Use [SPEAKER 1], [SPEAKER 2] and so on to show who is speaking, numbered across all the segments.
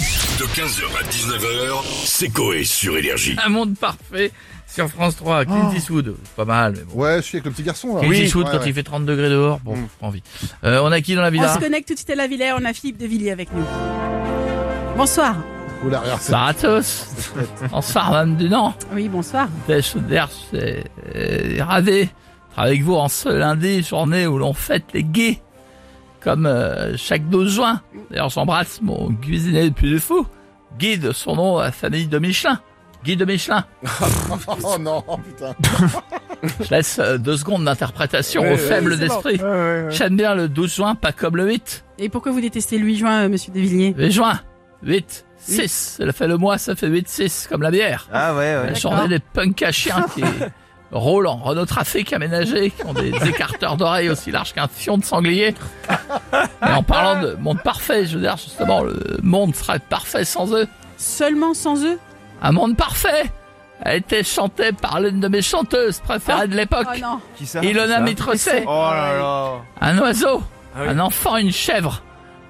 [SPEAKER 1] De 15h à 19h, c'est Coé sur Énergie.
[SPEAKER 2] Un monde parfait sur France 3, Clint Eastwood. Pas mal, mais bon.
[SPEAKER 3] Ouais, je suis avec le petit garçon là.
[SPEAKER 2] Clint Eastwood,
[SPEAKER 3] Ouais,
[SPEAKER 2] quand
[SPEAKER 3] ouais.
[SPEAKER 2] il fait 30 degrés dehors, bon, pas envie. Euh, on a qui dans la
[SPEAKER 4] On
[SPEAKER 2] villa
[SPEAKER 4] se connecte tout de suite à la Villers, on a Philippe de Villiers avec nous. Bonsoir.
[SPEAKER 3] Oula, regarde, c'est-
[SPEAKER 2] Bonsoir à tous. Bonsoir, Madame Dunant.
[SPEAKER 4] Oui, bonsoir.
[SPEAKER 2] Dèche, derche et et euh, radé. Être Avec vous en ce lundi, journée où l'on fête les gays. Comme euh, chaque 12 juin. D'ailleurs, j'embrasse mon cuisinier depuis le fou. Guy de son nom à la famille de Michelin. Guy de Michelin.
[SPEAKER 3] Oh non, putain.
[SPEAKER 2] Je laisse euh, deux secondes d'interprétation aux faibles
[SPEAKER 4] c'est bon.
[SPEAKER 2] d'esprit. J'aime bien le 12 juin, pas comme le 8.
[SPEAKER 4] Et pourquoi vous détestez le 8 juin, euh, monsieur de Villiers
[SPEAKER 2] Le juin, 8, 6. Ça fait le mois, ça fait 8, 6, comme la bière.
[SPEAKER 5] Ah ouais, ouais.
[SPEAKER 2] La
[SPEAKER 4] D'accord.
[SPEAKER 2] journée des punks à chiens qui roulent en Renault Trafic aménagé, qui ont des écarteurs d'oreilles aussi larges qu'un fion de sanglier. Et en parlant de monde parfait, je veux dire, justement, le monde serait parfait sans eux.
[SPEAKER 4] Seulement sans eux
[SPEAKER 2] Un monde parfait a été chanté par l'une de mes chanteuses préférées de l'époque,
[SPEAKER 4] Oh non.
[SPEAKER 5] Qui ça
[SPEAKER 2] Ilona
[SPEAKER 5] Ça
[SPEAKER 2] Mitrocet.
[SPEAKER 5] Oh là là.
[SPEAKER 2] Un oiseau,
[SPEAKER 5] Ah oui.
[SPEAKER 2] un enfant, une chèvre,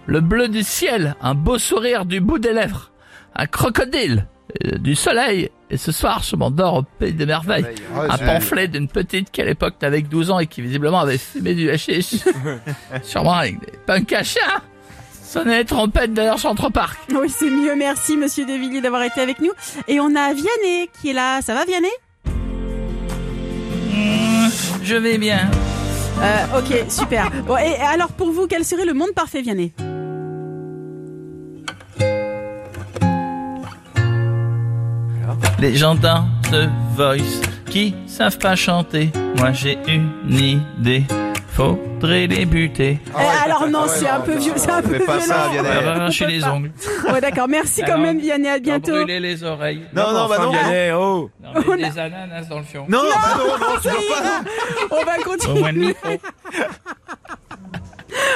[SPEAKER 2] le bleu du ciel, un beau sourire du bout des lèvres, un crocodile, euh, du soleil, et ce soir je m'endors au pays des merveilles.
[SPEAKER 3] Ouais,
[SPEAKER 2] Un
[SPEAKER 3] c'est-
[SPEAKER 2] pamphlet d'une petite qui à l'époque n'avait que 12 ans et qui visiblement avait fumé du hashish. Sûrement avec des punks à chat. Sonnait les trompettes d'ailleurs Centre-Parc.
[SPEAKER 4] Oui, c'est mieux. Merci, monsieur de Villiers, d'avoir été avec nous. Et on a Vianney qui est là. Ça va, Vianney
[SPEAKER 2] Je vais bien.
[SPEAKER 4] Euh, Ok, super. Bon, et et alors, pour vous, quel serait le monde parfait, Vianney
[SPEAKER 2] Les gens dans The Voice qui savent pas chanter. Moi j'ai une idée. Faudrait débuter.
[SPEAKER 3] Ah ouais,
[SPEAKER 4] Euh, Alors, non,
[SPEAKER 3] ah ouais,
[SPEAKER 4] c'est un
[SPEAKER 3] non,
[SPEAKER 4] peu
[SPEAKER 3] non,
[SPEAKER 4] vieux.
[SPEAKER 3] non.
[SPEAKER 4] C'est un peu
[SPEAKER 5] Fais pas ça,
[SPEAKER 4] violent.
[SPEAKER 5] Vianney.
[SPEAKER 2] On
[SPEAKER 5] Ouais,
[SPEAKER 2] va
[SPEAKER 4] on
[SPEAKER 2] arracher
[SPEAKER 4] peut
[SPEAKER 2] les
[SPEAKER 4] pas.
[SPEAKER 2] ongles.
[SPEAKER 4] Ouais, d'accord. Merci quand
[SPEAKER 2] Alors,
[SPEAKER 4] même, Vianney. À bientôt.
[SPEAKER 2] brûler les oreilles.
[SPEAKER 5] Non, non, bah non. Vianney, oh.
[SPEAKER 2] Non,
[SPEAKER 4] On a-
[SPEAKER 2] mais des ananas dans le fion.
[SPEAKER 5] Non, bah non, non, tu
[SPEAKER 4] Ça
[SPEAKER 5] vois
[SPEAKER 4] y
[SPEAKER 5] pas.
[SPEAKER 4] est, On va
[SPEAKER 2] Au moins de
[SPEAKER 4] continuer.
[SPEAKER 2] micro.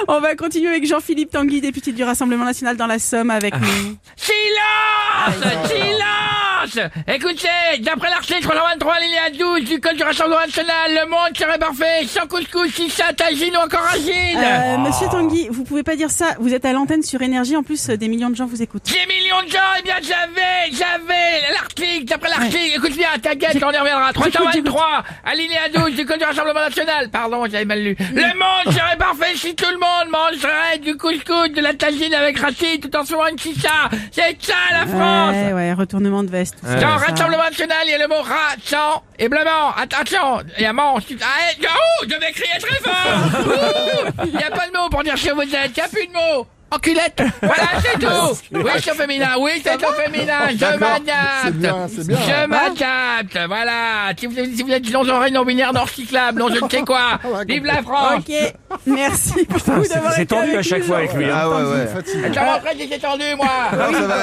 [SPEAKER 4] On va continuer avec Jean-Philippe Tanguy, député du Rassemblement National dans la Somme, avec nous.
[SPEAKER 5] Ah,
[SPEAKER 2] Silence Silence Écoutez, d'après l'article 323, linéa 12 du Code du Rassemblement National, le monde serait parfait sans couscous, si ça, tagine ou encore agile
[SPEAKER 4] Euh, Monsieur Tanguy, vous pouvez pas dire ça. Vous êtes à l'antenne sur Énergie. En plus, euh, des millions de gens vous écoutent.
[SPEAKER 2] 10 millions de gens, eh bien j'avais, j'avais l'article, d'après l'article, écoute bien, t'inquiète, on y reviendra. 323, alinéa 12 du Code du Rassemblement National, pardon, j'avais mal lu.
[SPEAKER 5] Mm.
[SPEAKER 2] Le monde serait parfait si tout le monde mangerait du couscous, de la tagine avec racine, tout en suivant une chicha. C'est ça la France
[SPEAKER 4] Ouais, ouais, retournement de veste. tout ça,
[SPEAKER 2] Dans
[SPEAKER 4] tout ça.
[SPEAKER 2] Rassemblement National, il y a le mot rat, sang et blanc. Attention, il y a mange. Ah, eh, oh, je vais crier très fort. Ouh, Il n'y a pas de mot pour dire ce que vous êtes. Il n'y a plus de mots. Enculette. Voilà, c'est
[SPEAKER 3] Ah,
[SPEAKER 2] tout. Oui, c'est au féminin. Oui, c'est au féminin. Je
[SPEAKER 3] D'accord, C'est
[SPEAKER 2] m'adapte.
[SPEAKER 3] bien, c'est bien. Ah,
[SPEAKER 2] Je
[SPEAKER 3] bah.
[SPEAKER 2] m'adapte, voilà. Si vous, si vous êtes non genré, non binaire, non recyclable, non je ne sais quoi.
[SPEAKER 3] Ah, bah,
[SPEAKER 2] Vive la France.
[SPEAKER 4] Ok, merci beaucoup d'avoir été avec nous.
[SPEAKER 5] Ah ouais, ouais.
[SPEAKER 3] Fatigué.
[SPEAKER 2] Je rentrerai j'ai tendu, moi.
[SPEAKER 5] Non, ça va.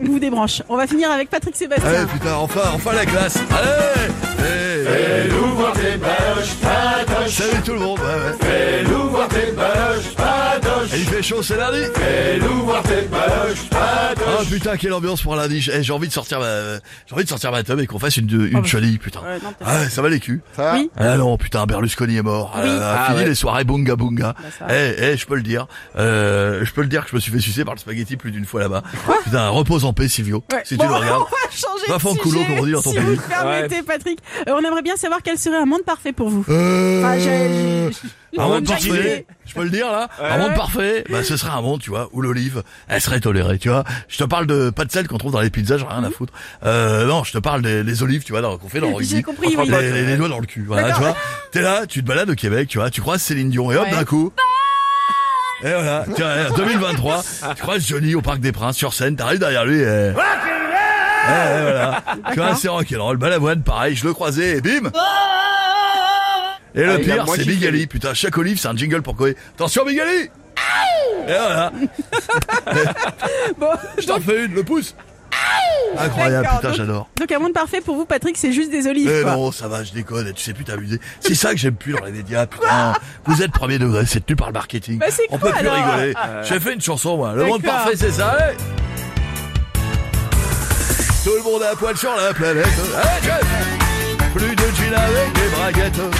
[SPEAKER 4] On vous débranche. On va finir avec Patrick Sébastien.
[SPEAKER 5] Allez, putain, enfin, enfin la classe. Allez. Hey. Salut tout le monde. Ouais, ouais.
[SPEAKER 6] Fais-nous voir tes baloches, padoches.
[SPEAKER 5] Et Il fait chaud, c'est lundi.
[SPEAKER 6] Fais-nous voir tes baloches, padoches.
[SPEAKER 5] Ah putain, quelle ambiance pour lundi. J'ai eh, j'ai envie de sortir ma, j'ai envie de sortir ma teub et qu'on fasse une, une chenille, putain.
[SPEAKER 4] Euh, non, peut-être.
[SPEAKER 5] Ah, Oh, bah. ouais, ça va les culs.
[SPEAKER 3] Ça va
[SPEAKER 4] Oui.
[SPEAKER 5] Ah non, putain, Berlusconi est mort.
[SPEAKER 4] Oui.
[SPEAKER 5] Ah, fini les soirées bunga bunga.
[SPEAKER 4] ça
[SPEAKER 5] Eh, eh, je peux le dire. Euh, je peux le dire que je me suis fait sucer par le spaghetti plus d'une fois là-bas. Putain, repose en paix, Silvio.
[SPEAKER 4] Ouais.
[SPEAKER 5] Si
[SPEAKER 4] Bon,
[SPEAKER 5] tu le regardes.
[SPEAKER 4] On va changer
[SPEAKER 5] Va
[SPEAKER 4] de
[SPEAKER 5] faire un
[SPEAKER 4] sujet,
[SPEAKER 5] coulo, comme on dit dans ton
[SPEAKER 4] si
[SPEAKER 5] pays.
[SPEAKER 4] vous le permettez, Patrick. Euh, on aimerait bien savoir quel serait un monde parfait pour vous.
[SPEAKER 5] Euh,
[SPEAKER 4] Ah, j'ai- j'ai-
[SPEAKER 5] un monde
[SPEAKER 4] j'ai une idée.
[SPEAKER 5] parfait. Je peux le dire là. Un monde parfait. Bah, ce serait un monde, tu vois, où l'olive, elle serait tolérée, tu vois. Je te parle de pas de celle qu'on trouve dans les pizzas, j'ai rien à foutre. Euh, non, je te parle des les olives, tu vois, dans- qu'on fait dans le
[SPEAKER 4] J'ai
[SPEAKER 5] rugby.
[SPEAKER 4] compris, oui.
[SPEAKER 5] Les, les- les doigts dans le cul, voilà, tu vois. T'es là, tu te balades au Québec, tu vois, tu croises Céline Dion et hop
[SPEAKER 4] Ouais.
[SPEAKER 5] d'un coup. Et voilà, tu vois, 2023, tu croises Johnny au Parc des Princes sur scène, t'arrives derrière lui et... Ouais, ouais, voilà. Tu vois, c'est rock'n'roll. Balavoine, pareil, je le croisais et bim Et le
[SPEAKER 6] Oh. Ah, il y a
[SPEAKER 5] pire,
[SPEAKER 6] moi
[SPEAKER 5] c'est
[SPEAKER 6] qui
[SPEAKER 5] Big
[SPEAKER 6] fais.
[SPEAKER 5] Ali. Putain, chaque olive, c'est un jingle pour Koé. Attention, Big Ali Et voilà,
[SPEAKER 4] Bon,
[SPEAKER 5] je t'en fais une, le pouce Incroyable,
[SPEAKER 4] D'accord,
[SPEAKER 5] putain,
[SPEAKER 4] donc-
[SPEAKER 5] j'adore.
[SPEAKER 4] donc un monde parfait pour vous, Patrick, c'est juste des olives.
[SPEAKER 5] Eh
[SPEAKER 4] quoi.
[SPEAKER 5] non, ça va, je déconne, tu sais plus t'amuser. C'est ça que j'aime plus dans les médias, putain. Vous êtes premier degré, c'est tenu par le marketing.
[SPEAKER 4] Bah, c'est
[SPEAKER 5] On
[SPEAKER 4] quoi,
[SPEAKER 5] peut plus
[SPEAKER 4] alors Ah.
[SPEAKER 5] rigoler. J'ai fait une chanson, moi. Le monde
[SPEAKER 4] D'accord.
[SPEAKER 5] parfait, c'est ça, allez Tout le monde à poil sur la planète. Allez, Jeff Plus de jeans avec des braguettes.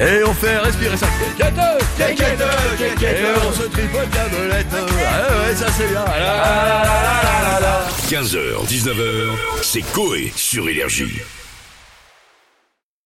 [SPEAKER 5] Et on fait respirer ça. Quéquette, Eh, quéquette, quéquette. Et on se tripote la belette. Ouais, ouais, ça c'est bien. Ah, là, là, là, là.
[SPEAKER 1] 15h, 19h, c'est Coé sur Énergie.